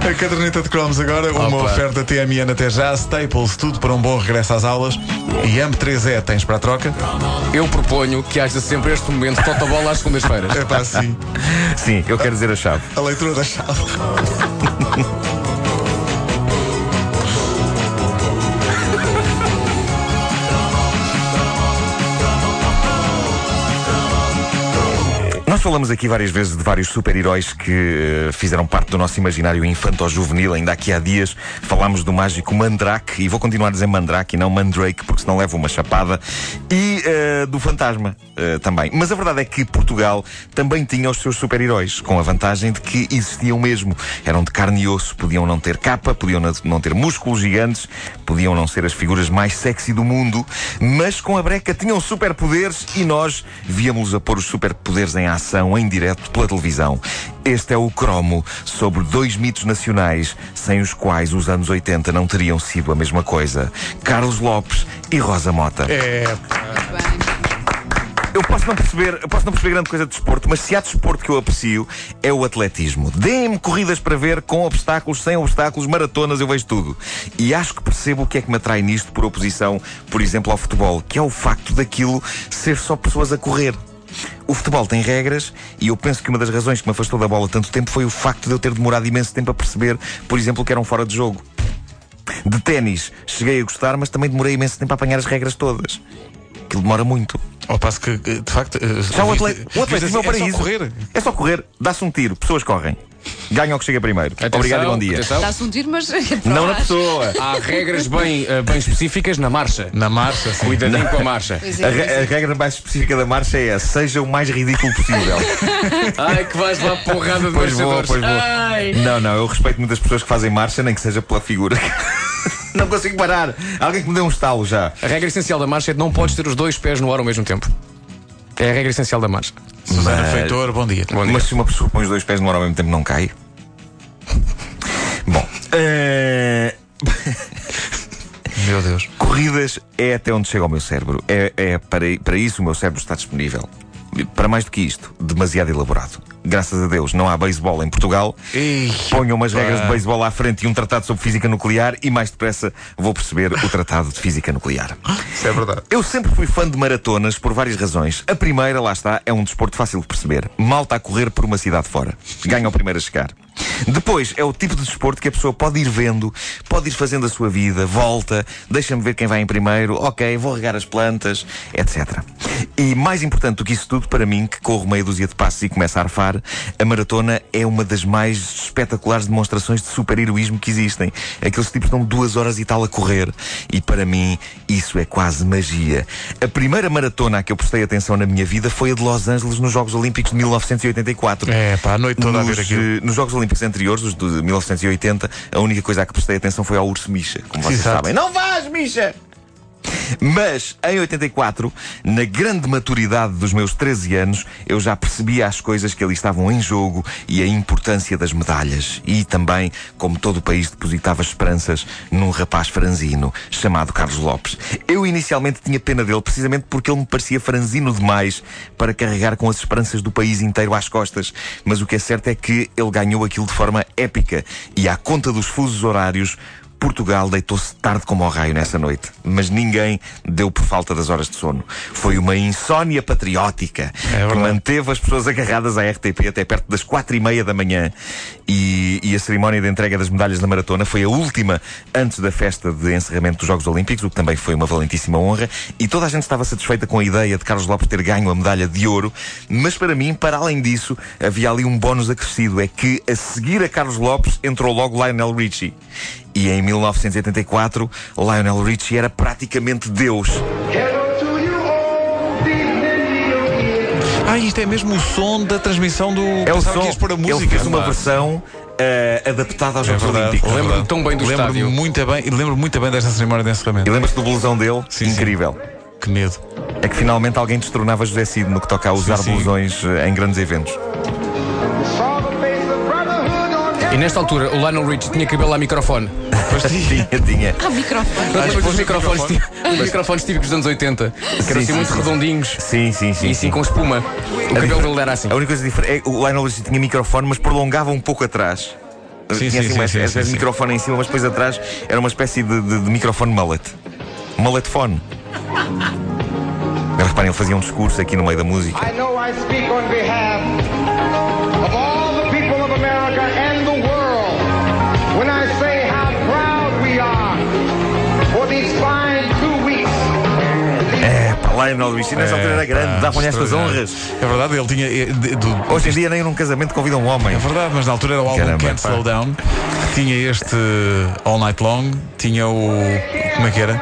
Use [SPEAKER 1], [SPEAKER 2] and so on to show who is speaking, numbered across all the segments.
[SPEAKER 1] A caderneta de cromos agora, uma
[SPEAKER 2] Opa.
[SPEAKER 1] oferta TMN até já, Staples, tudo para um bom regresso às aulas. E AMP3E tens para a troca?
[SPEAKER 2] Eu proponho que haja sempre este momento de bola às segundas-feiras.
[SPEAKER 1] É para sim.
[SPEAKER 3] Sim, eu quero dizer a chave.
[SPEAKER 1] A leitura da chave.
[SPEAKER 3] Nós falamos aqui várias vezes de vários super-heróis que eh, fizeram parte do nosso imaginário infanto-juvenil. Ainda aqui há dias falámos do mágico Mandrake, e vou continuar a dizer Mandrake e não Mandrake, porque senão levo uma chapada, e eh, do Fantasma eh, também. Mas a verdade é que Portugal também tinha os seus super-heróis, com a vantagem de que existiam mesmo. Eram de carne e osso, podiam não ter capa, podiam na- não ter músculos gigantes, podiam não ser as figuras mais sexy do mundo, mas com a breca tinham superpoderes e nós víamos-los a pôr os superpoderes em ação, em direto, pela televisão. Este é o cromo sobre dois mitos nacionais sem os quais os anos 80 não teriam sido a mesma coisa: Carlos Lopes e Rosa Mota.
[SPEAKER 1] É.
[SPEAKER 3] Eu posso não perceber, eu posso não perceber grande coisa de desporto, mas se há desporto que eu aprecio é o atletismo. Deem-me corridas para ver com obstáculos, sem obstáculos, maratonas, eu vejo tudo. E acho que percebo o que é que me atrai nisto por oposição, por exemplo, ao futebol, que é o facto daquilo ser só pessoas a correr. O futebol tem regras e eu penso que uma das razões que me afastou da bola tanto tempo foi o facto de eu ter demorado imenso tempo a perceber, por exemplo, que era um fora de jogo. De ténis cheguei a gostar, mas também demorei imenso tempo a apanhar as regras todas. Aquilo demora muito.
[SPEAKER 1] Ao passo que, eh, de facto. eh,
[SPEAKER 3] Já o
[SPEAKER 1] viste-
[SPEAKER 3] atleta,
[SPEAKER 1] viste
[SPEAKER 3] o
[SPEAKER 1] assim,
[SPEAKER 3] atletismo é o paraíso.
[SPEAKER 1] É só correr.
[SPEAKER 3] É só correr, dá-se um tiro, pessoas correm. Ganha o que chega primeiro.
[SPEAKER 2] Atenção,
[SPEAKER 3] Obrigado e bom dia.
[SPEAKER 2] atenção.
[SPEAKER 4] Dá-se um tiro, mas.
[SPEAKER 5] é
[SPEAKER 3] Não é na pessoa.
[SPEAKER 2] Há regras bem, eh, bem específicas na marcha.
[SPEAKER 1] Na marcha, sim.
[SPEAKER 2] Cuidadinho com a marcha.
[SPEAKER 4] Pois
[SPEAKER 3] A,
[SPEAKER 4] é,
[SPEAKER 3] re- a regra mais específica da marcha é essa, seja o mais ridículo possível.
[SPEAKER 2] Ai, que vais lá porrada de
[SPEAKER 3] pois vou,
[SPEAKER 2] marchadores.
[SPEAKER 3] pois vou.
[SPEAKER 2] Ai.
[SPEAKER 3] Não, não, eu respeito muitas pessoas que fazem marcha, nem que seja pela figura. Não consigo parar. Alguém que me dê um estalo já.
[SPEAKER 2] A regra essencial da marcha é que não podes ter os dois pés no ar ao mesmo tempo. É a regra essencial da marcha.
[SPEAKER 1] Susana Feitor, bom dia.
[SPEAKER 2] Bom dia.
[SPEAKER 3] Mas se uma pessoa põe os dois pés no ar ao mesmo tempo, não cai? Bom, eh,
[SPEAKER 1] Meu Deus.
[SPEAKER 3] Corridas é até onde chega o meu cérebro. É, é para, para isso o meu cérebro está disponível. Para mais do que isto, demasiado elaborado. Graças a Deus, não há beisebol em Portugal.
[SPEAKER 1] Ei,
[SPEAKER 3] Ponham umas regras de beisebol à frente e um tratado sobre física nuclear, e mais depressa vou perceber o tratado de física nuclear.
[SPEAKER 1] Isso é verdade.
[SPEAKER 3] Eu sempre fui fã de maratonas por várias razões. A primeira, lá está, é um desporto fácil de perceber. Malta a correr por uma cidade fora. Ganha o primeiro a chegar. Depois, é o tipo de desporto que a pessoa pode ir vendo, pode ir fazendo a sua vida, volta, deixa-me ver quem vai em primeiro, ok, vou regar as plantas, etc. E mais importante do que isso tudo, para mim, que corro meia dúzia de passos e começo a arfar, a maratona é uma das mais espetaculares demonstrações de super-heroísmo que existem. Aqueles tipos estão duas horas e tal a correr. E para mim, isso é quase magia. A primeira maratona a que eu prestei atenção na minha vida foi a de Los Angeles nos Jogos Olímpicos de 1984.
[SPEAKER 1] É, pá, a noite toda a
[SPEAKER 3] Nos,
[SPEAKER 1] ver aquilo.
[SPEAKER 3] eh, nos Jogos Olímpicos anteriores, os de 1980, a única coisa a que prestei atenção foi ao urso Misha, como vocês
[SPEAKER 1] Exato.
[SPEAKER 3] sabem. Não vás, Misha! Mas em 84, na grande maturidade dos meus 13 anos, eu já percebia as coisas que ali estavam em jogo e a importância das medalhas. E também como todo o país depositava esperanças num rapaz franzino chamado Carlos Lopes. Eu inicialmente tinha pena dele precisamente porque ele me parecia franzino demais para carregar com as esperanças do país inteiro às costas. Mas o que é certo é que ele ganhou aquilo de forma épica e à conta dos fusos horários. Portugal deitou-se tarde como ao raio nessa noite, mas ninguém deu por falta das horas de sono. Foi uma insónia patriótica que
[SPEAKER 1] verdade.
[SPEAKER 3] manteve as pessoas agarradas à RTP até perto das quatro e meia da manhã. E, e a cerimónia de entrega das medalhas da maratona foi a última antes da festa de encerramento dos Jogos Olímpicos, o que também foi uma valentíssima honra. E toda a gente estava satisfeita com a ideia de Carlos Lopes ter ganho a medalha de ouro. Mas para mim, para além disso, havia ali um bónus acrescido: é que a seguir a Carlos Lopes entrou logo Lionel Richie. E em 1984, Lionel Richie era praticamente Deus.
[SPEAKER 6] Hello to you all, big millennial year.
[SPEAKER 1] Ah, isto é mesmo o som da transmissão do.
[SPEAKER 3] É o
[SPEAKER 1] Pensava
[SPEAKER 3] som.
[SPEAKER 1] que ias pôr a
[SPEAKER 3] Ele
[SPEAKER 1] música. É
[SPEAKER 3] fez uma versão eh, adaptada aos Jogos Olímpicos.
[SPEAKER 2] Lembro-me
[SPEAKER 1] verdade.
[SPEAKER 2] tão bem do
[SPEAKER 1] lembro
[SPEAKER 2] estádio.
[SPEAKER 1] Muito bem, e lembro muito bem desta cerimónia de
[SPEAKER 3] E
[SPEAKER 1] encerramento.
[SPEAKER 3] lembras-te do blusão dele?
[SPEAKER 1] Sim, sim.
[SPEAKER 3] Incrível.
[SPEAKER 1] Que medo.
[SPEAKER 3] É que finalmente alguém destronava José Cid no que toca a usar
[SPEAKER 1] sim.
[SPEAKER 3] blusões eh, em grandes eventos.
[SPEAKER 6] Saw the face of brotherhood on
[SPEAKER 2] E nesta altura, o Lionel Rich tinha cabelo a microfone.
[SPEAKER 1] Mas
[SPEAKER 3] tinha, tinha.
[SPEAKER 4] Ah, microfone.
[SPEAKER 2] Lembra-te
[SPEAKER 1] pôs
[SPEAKER 2] dos microfones,
[SPEAKER 1] microfone.
[SPEAKER 2] tí- os microfones típicos dos anos 80. Que eram
[SPEAKER 3] Sim, sim,
[SPEAKER 2] assim muito
[SPEAKER 3] sim.
[SPEAKER 2] redondinhos
[SPEAKER 3] Sim, sim, sim.
[SPEAKER 2] e assim
[SPEAKER 3] sim.
[SPEAKER 2] com espuma. O cabelo dele era assim.
[SPEAKER 3] A única coisa diferente é que o Lionel Richie tinha microfone, mas prolongava um pouco atrás.
[SPEAKER 1] Sim,
[SPEAKER 3] tinha
[SPEAKER 1] sim,
[SPEAKER 3] assim
[SPEAKER 1] sim,
[SPEAKER 3] uma
[SPEAKER 1] sim,
[SPEAKER 3] espécie
[SPEAKER 1] sim,
[SPEAKER 3] de
[SPEAKER 1] sim.
[SPEAKER 3] microfone em cima, mas depois atrás era uma espécie de, de- de microfone mullet. Mullet phone. Agora reparem, ele fazia um discurso aqui no meio da música.
[SPEAKER 6] I know I speak on behalf of all the people of America and the world when I say how proud we are for these fine two weeks.
[SPEAKER 3] É, pá, Lionel Richie, nessa altura era grande, davam-lhe estas
[SPEAKER 1] É, Extraordinário.
[SPEAKER 3] honras.
[SPEAKER 1] É verdade, ele tinha. eh, de- do-
[SPEAKER 3] Hoje em dia nem num casamento convida um homem.
[SPEAKER 1] É verdade, mas na altura era o álbum
[SPEAKER 3] Caramba,
[SPEAKER 1] Can't
[SPEAKER 3] pá.
[SPEAKER 1] Slow Down. que Tinha este All Night Long, tinha o. Como é que era?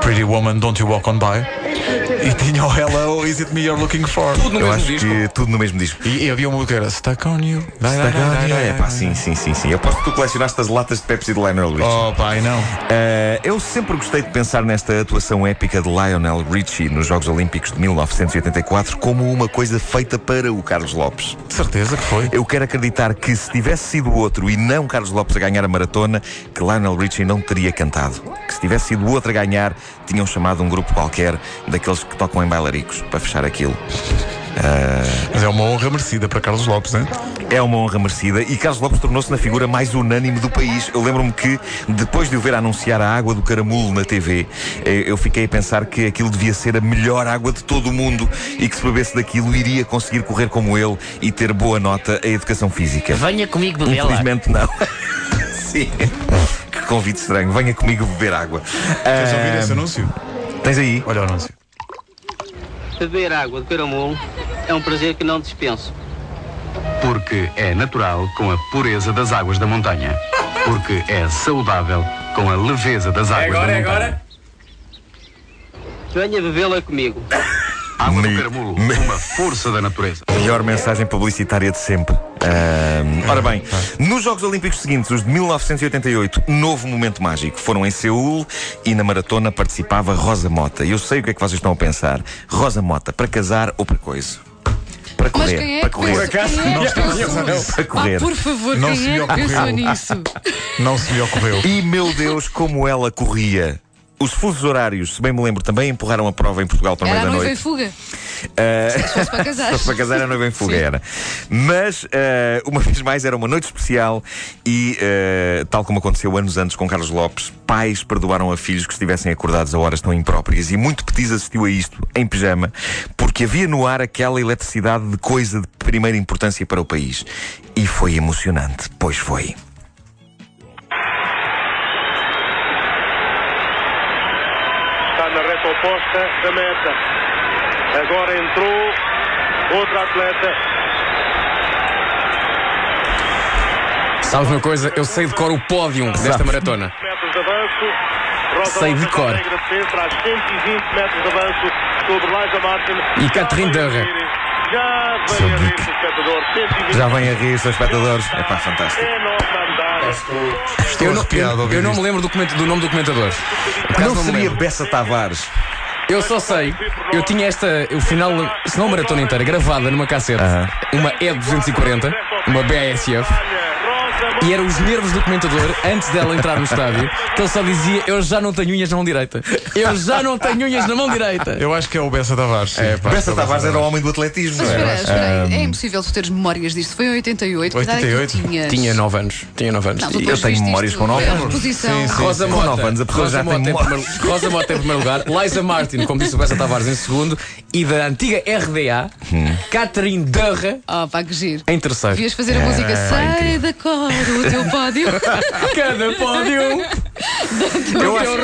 [SPEAKER 1] Pretty Woman, Don't You Walk On By. E tinha o Hello, Is It Me You're Looking For.
[SPEAKER 2] Tudo no
[SPEAKER 3] Eu
[SPEAKER 2] mesmo
[SPEAKER 3] acho
[SPEAKER 2] disco.
[SPEAKER 3] que tudo no mesmo disco.
[SPEAKER 1] E, e havia uma música que era Stuck On You.
[SPEAKER 3] É pá, sim, sim, sim, sim. Eu aposto que tu colecionaste as latas de Pepsi de Lionel Richie.
[SPEAKER 1] Oh, pai, não.
[SPEAKER 3] Eh, eu sempre gostei de pensar nesta atuação épica de Lionel Richie nos Jogos Olímpicos de 1984 como uma coisa feita para o Carlos Lopes.
[SPEAKER 1] De certeza que foi.
[SPEAKER 3] Eu quero acreditar que se tivesse sido outro e não Carlos Lopes a ganhar a maratona, que Lionel Richie não teria cantado. Que se tivesse sido outro a ganhar, tinham chamado um grupo qualquer daqueles que tocam em bailaricos para fechar aquilo.
[SPEAKER 1] Mas é uma honra merecida para Carlos Lopes, hein?
[SPEAKER 3] É uma honra merecida e Carlos Lopes tornou-se na figura mais unânime do país. Eu lembro-me que, depois de o ver anunciar a água do caramulo na TV, eh, eu fiquei a pensar que aquilo devia ser a melhor água de todo o mundo e que se bebesse daquilo iria conseguir correr como ele e ter boa nota a educação física.
[SPEAKER 4] Venha comigo bebê-la.
[SPEAKER 3] Infelizmente não. Sim. Que convite estranho. Venha comigo beber água.
[SPEAKER 1] Queres
[SPEAKER 3] Ah,
[SPEAKER 1] ouvir esse anúncio?
[SPEAKER 3] tens aí?
[SPEAKER 1] Olha o anúncio.
[SPEAKER 7] Beber água de caramulo é um prazer que não dispenso.
[SPEAKER 8] Porque é natural com a pureza das águas da montanha. Porque é saudável com a leveza das águas da montanha.
[SPEAKER 7] Venha bebê-la comigo.
[SPEAKER 8] Água
[SPEAKER 3] Me-
[SPEAKER 8] do caramulo,
[SPEAKER 3] me-
[SPEAKER 8] uma força da natureza.
[SPEAKER 3] Melhor mensagem publicitária de sempre. Ahm, ora bem, nos Jogos Olímpicos seguintes, os de 1988, novo momento mágico. Foram em Seul e na maratona participava Rosa Mota. E eu sei o que é que vocês estão a pensar. Rosa Mota, para casar ou para coisa? Para
[SPEAKER 5] Mas
[SPEAKER 3] correr,
[SPEAKER 5] quem é
[SPEAKER 3] para
[SPEAKER 5] que pensa,
[SPEAKER 3] correr.
[SPEAKER 1] acaso,
[SPEAKER 5] quem é
[SPEAKER 1] nós
[SPEAKER 5] que
[SPEAKER 1] temos
[SPEAKER 5] pensou
[SPEAKER 1] razão.
[SPEAKER 5] nisso?
[SPEAKER 3] Para correr.
[SPEAKER 5] Ah, por favor,
[SPEAKER 1] Não se
[SPEAKER 5] quem é que
[SPEAKER 1] ocorreu.
[SPEAKER 5] pensou nisso?
[SPEAKER 1] Não se me ocorreu.
[SPEAKER 3] E meu Deus, como ela corria! Os fusos horários, se bem me lembro, também empurraram a prova em Portugal para o
[SPEAKER 5] Era
[SPEAKER 3] meio
[SPEAKER 5] a
[SPEAKER 3] da
[SPEAKER 5] noiva
[SPEAKER 3] noite.
[SPEAKER 5] em fuga.
[SPEAKER 3] Ah,
[SPEAKER 5] Se fosse para casar.
[SPEAKER 3] Só para casar a noiva em fuga era. Mas, eh, uma vez mais, era uma noite especial e, eh, tal como aconteceu anos antes com Carlos Lopes, pais perdoaram a filhos que estivessem acordados a horas tão impróprias. E muito Petis assistiu a isto, em pijama, porque havia no ar aquela eletricidade de coisa de primeira importância para o país. E foi emocionante, pois foi.
[SPEAKER 9] está na reta oposta da meta. Agora entrou outro atleta.
[SPEAKER 2] Sabes uma coisa? Eu sei de cor o pódio desta
[SPEAKER 3] Sabes.
[SPEAKER 2] maratona.
[SPEAKER 9] Metros de avanço. Rosa
[SPEAKER 2] Sei de
[SPEAKER 9] Lopes
[SPEAKER 2] cor.
[SPEAKER 9] consegue agradecer, Traz 120 metros de avanço sobre Liza Martin.
[SPEAKER 2] E Catherine Dörrer.
[SPEAKER 9] Já
[SPEAKER 3] Seu
[SPEAKER 9] vem a rir
[SPEAKER 3] Duque.
[SPEAKER 9] o espectador. 120
[SPEAKER 3] Já vem a rir, seus espectadores. É pá, fantástico.
[SPEAKER 9] é nota andada.
[SPEAKER 1] Estou
[SPEAKER 2] eu não,
[SPEAKER 1] arrepiado a
[SPEAKER 2] eu,
[SPEAKER 1] ouvir
[SPEAKER 2] eu não me
[SPEAKER 1] isto.
[SPEAKER 2] lembro do, comento- do nome do comentador. Por acaso
[SPEAKER 3] Não
[SPEAKER 2] me
[SPEAKER 3] seria
[SPEAKER 2] lembro.
[SPEAKER 3] Bessa Tavares?
[SPEAKER 2] Eu só sei, eu tinha esta, o final, se não a maratona inteira, gravada numa cassete, uma
[SPEAKER 3] É
[SPEAKER 2] E240, uma BASF, e eram os nervos do comentador, antes dela entrar no estádio, que ele só dizia: Eu já não tenho unhas na mão direita. Eu já não tenho unhas na mão direita.
[SPEAKER 1] Eu acho que é o Bessa Tavares. sim.
[SPEAKER 2] É,
[SPEAKER 1] Acho que
[SPEAKER 2] pá,
[SPEAKER 1] é
[SPEAKER 3] Bessa
[SPEAKER 1] o
[SPEAKER 3] Tavares era o homem do atletismo,
[SPEAKER 5] Mas
[SPEAKER 3] não Eh, era?
[SPEAKER 5] espera, aí, espera aí. É impossível tu teres memórias disto. Foi em 88. Que idade é que tu
[SPEAKER 1] 88?
[SPEAKER 5] tinhas?
[SPEAKER 2] Tinha 9 anos, tinha 9 anos.
[SPEAKER 5] Não,
[SPEAKER 2] E-
[SPEAKER 5] tu depois
[SPEAKER 3] Eu tenho
[SPEAKER 5] viste
[SPEAKER 3] memórias
[SPEAKER 5] isto
[SPEAKER 3] com nove
[SPEAKER 5] pela
[SPEAKER 3] anos.
[SPEAKER 5] reposição.
[SPEAKER 1] Sim, sim.
[SPEAKER 2] Rosa
[SPEAKER 3] Com
[SPEAKER 2] Mota,
[SPEAKER 3] nove anos, a pessoa
[SPEAKER 2] Rosa
[SPEAKER 3] já
[SPEAKER 2] Mota
[SPEAKER 3] tem
[SPEAKER 2] em
[SPEAKER 3] memória.
[SPEAKER 2] primeiro- Rosa Mota em primeiro lugar, Liza Martin, como disse o Bessa Tavares, em segundo, e da antiga RDA, Catherine Derra,
[SPEAKER 5] Oh, pá, que giro.
[SPEAKER 2] em terceiro.
[SPEAKER 5] Devias fazer a música Sai da cor, o teu pódio.
[SPEAKER 2] Cada pódio! Eu acho...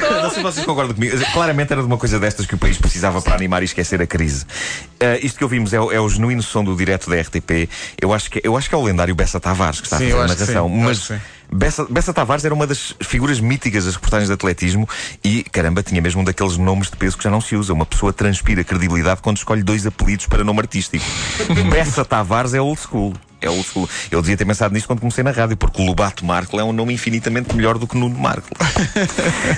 [SPEAKER 3] Não sei se vocês concordam comigo. Claramente era de uma coisa destas que o país precisava para animar e esquecer a crise. Ah, isto que ouvimos é, o- é o genuíno som do direto da RTP. Eu acho que, eu acho que é o lendário Bessa Tavares que está
[SPEAKER 1] Sim,
[SPEAKER 3] a
[SPEAKER 1] eu
[SPEAKER 3] fazer a
[SPEAKER 1] acho que
[SPEAKER 3] narração.
[SPEAKER 1] sim, eu
[SPEAKER 3] Mas
[SPEAKER 1] acho que sim.
[SPEAKER 3] Bessa, Bessa Tavares era uma das figuras míticas das reportagens de atletismo e, caramba, tinha mesmo um daqueles nomes de peso que já não se usa. Uma pessoa transpira credibilidade quando escolhe dois apelidos para nome artístico. Bessa Tavares é old school. É old school. Eu devia ter pensado nisto quando comecei na rádio, porque Lobato Marco é um nome infinitamente melhor do que Nuno Marco.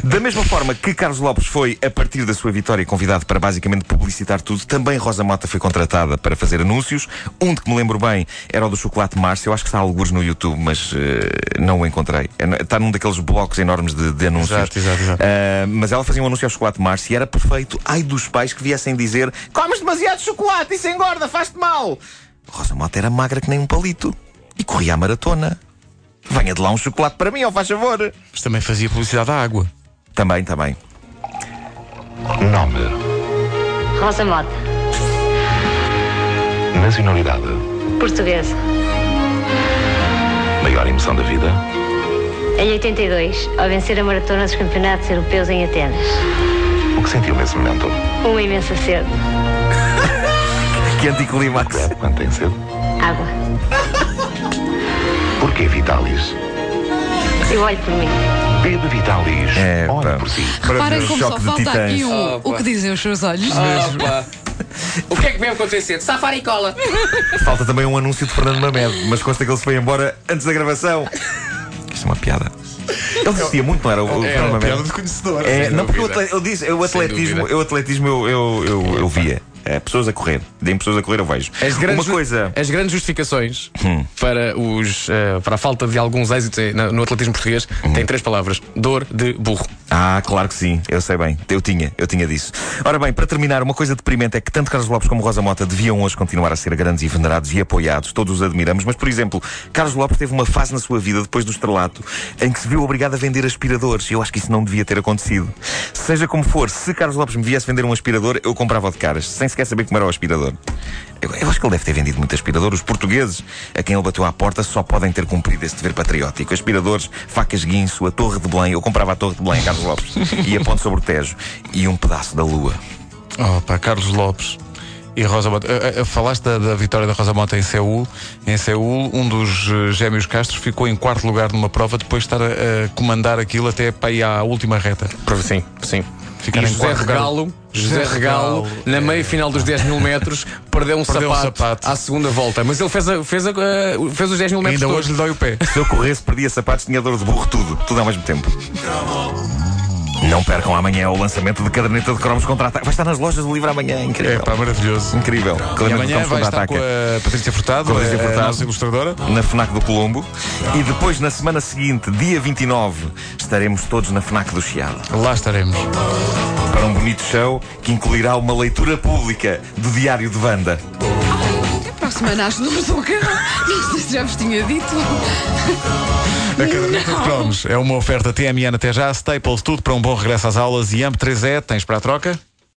[SPEAKER 3] Da mesma forma que Carlos Lopes foi, a partir da sua vitória, convidado para basicamente publicitar tudo, também Rosa Mota foi contratada para fazer anúncios. Um de que me lembro bem era o do Chocolate Márcio. Eu acho que está alguns no YouTube, mas eh, não o encontrei. É na- Está num daqueles blocos enormes de, de anúncios.
[SPEAKER 1] Exato, exato, exato.
[SPEAKER 3] Ah, mas ela fazia um anúncio ao Chocolate Márcio e era perfeito. Ai dos pais que viessem dizer: Comes demasiado chocolate, isso engorda, faz-te mal. Rosa Mota era magra que nem um palito e corria a maratona. Venha de lá um chocolate para mim, ou faz favor.
[SPEAKER 1] Mas também fazia publicidade à água.
[SPEAKER 3] Também, também.
[SPEAKER 8] Nome.
[SPEAKER 4] Rosa Mota,
[SPEAKER 8] Nacionalidade.
[SPEAKER 4] portuguesa,
[SPEAKER 8] Maior emoção da vida.
[SPEAKER 4] em 82, ao vencer a maratona dos campeonatos europeus em Atenas.
[SPEAKER 8] O que sentiu nesse momento?
[SPEAKER 4] Uma imensa sede,
[SPEAKER 3] Que anticlimax.
[SPEAKER 8] Bebe quando tem sede?
[SPEAKER 4] água.
[SPEAKER 8] Porquê Vitalis?
[SPEAKER 4] Eu olho por mim.
[SPEAKER 8] Bebe Vitalis.
[SPEAKER 3] É,
[SPEAKER 8] Olha
[SPEAKER 3] pá.
[SPEAKER 8] por si.
[SPEAKER 5] Reparem
[SPEAKER 3] ver o
[SPEAKER 5] como só
[SPEAKER 3] choque de
[SPEAKER 5] falta
[SPEAKER 3] titãs.
[SPEAKER 5] aqui um,
[SPEAKER 2] Opa.
[SPEAKER 5] o que dizem os seus olhos.
[SPEAKER 2] Opa. O que é que bebe quando tem sede? Safari e cola.
[SPEAKER 3] Falta também um anúncio de Fernando Mamed, mas consta que ele se foi embora antes da gravação. Isto é uma piada. Ele desistia muito, não era? O, o
[SPEAKER 1] É
[SPEAKER 3] Fernando
[SPEAKER 1] uma
[SPEAKER 3] Mamed.
[SPEAKER 1] piada de conhecedor.
[SPEAKER 3] É,
[SPEAKER 2] Sem
[SPEAKER 3] não, porque eu,
[SPEAKER 2] dúvida.
[SPEAKER 3] atle- eu disse, eu
[SPEAKER 2] Sem
[SPEAKER 3] atletismo,
[SPEAKER 2] dúvida.
[SPEAKER 3] eu atletismo eu, eu, eu, eu via. É, pessoas a correr. Deem pessoas a correr, eu vejo.
[SPEAKER 2] As
[SPEAKER 3] Uma
[SPEAKER 2] grandes,
[SPEAKER 3] coisa.
[SPEAKER 2] as grandes justificações para, os, eh, para a falta de alguns êxitos eh, na- no atletismo português têm três palavras: dor de burro.
[SPEAKER 3] Ah, claro que sim, eu sei bem. Eu tinha, eu tinha disso. Ora bem, para terminar, uma coisa deprimente é que tanto Carlos Lopes como Rosa Mota deviam hoje continuar a ser grandes e venerados e apoiados. Todos os admiramos, mas, por exemplo, Carlos Lopes teve uma fase na sua vida, depois do estrelato, em que se viu obrigado a vender aspiradores. Eu acho que isso não devia ter acontecido. Seja como for, se Carlos Lopes me viesse vender um aspirador, eu comprava de caras, sem sequer saber como era o aspirador. Eu, eu acho que ele deve ter vendido muito aspirador. Os portugueses a quem ele bateu à porta só podem ter cumprido esse dever patriótico. Aspiradores, facas guinso, a Torre de Belém. Eu comprava a Torre de Belém, Carlos Lopes. e a Ponte sobre o Tejo. E um pedaço da Lua.
[SPEAKER 1] Oh, pá, Carlos Lopes e Rosa Mota. Eh, eh, Falaste da, da vitória da Rosa Mota em Seul. Em Seul, um dos eh, gêmeos Castro ficou em quarto lugar numa prova depois de estar a, a comandar aquilo até para ir à última reta.
[SPEAKER 2] Sim, sim.
[SPEAKER 1] Ficar
[SPEAKER 2] e
[SPEAKER 1] em
[SPEAKER 2] José
[SPEAKER 1] quarto lugar.
[SPEAKER 2] Regalo, José
[SPEAKER 1] José
[SPEAKER 2] Regalo,
[SPEAKER 1] Regalo,
[SPEAKER 2] na meia final dos 10 mil metros, perdeu, um,
[SPEAKER 1] Perdeu um
[SPEAKER 2] sapato
[SPEAKER 1] sapato.
[SPEAKER 2] à segunda volta. Mas ele fez, a- fez, a- eh, fez os 10 mil metros
[SPEAKER 1] Ainda
[SPEAKER 2] todos.
[SPEAKER 1] hoje lhe dói o pé.
[SPEAKER 3] Se eu corresse, perdia sapatos, tinha dor de burro, tudo. Tudo ao mesmo tempo. Não percam amanhã é o lançamento de caderneta de cromos contra-ataque. Vai estar nas lojas do livro amanhã, incrível.
[SPEAKER 1] É pá, maravilhoso.
[SPEAKER 3] Incrível.
[SPEAKER 1] E
[SPEAKER 3] Caderneta de
[SPEAKER 1] amanhã
[SPEAKER 3] cromos
[SPEAKER 1] vai estar
[SPEAKER 3] contra-ataque.
[SPEAKER 1] com a Patrícia Furtado, eh,
[SPEAKER 3] Patrícia
[SPEAKER 1] a- a
[SPEAKER 3] Furtado.
[SPEAKER 1] nossa ilustradora.
[SPEAKER 3] na FNAC do Colombo e depois na semana seguinte, dia 29, estaremos todos na FNAC do Chiado
[SPEAKER 1] Lá estaremos.
[SPEAKER 3] para um bonito show que incluirá uma leitura pública do Diário de Wanda.
[SPEAKER 5] Para a semana acho números do carro. Não sei se já vos tinha dito.
[SPEAKER 1] A caderneta de cromos é uma oferta TMN até já, Staples, tudo para um bom regresso às aulas e AMP3E, tens para a troca?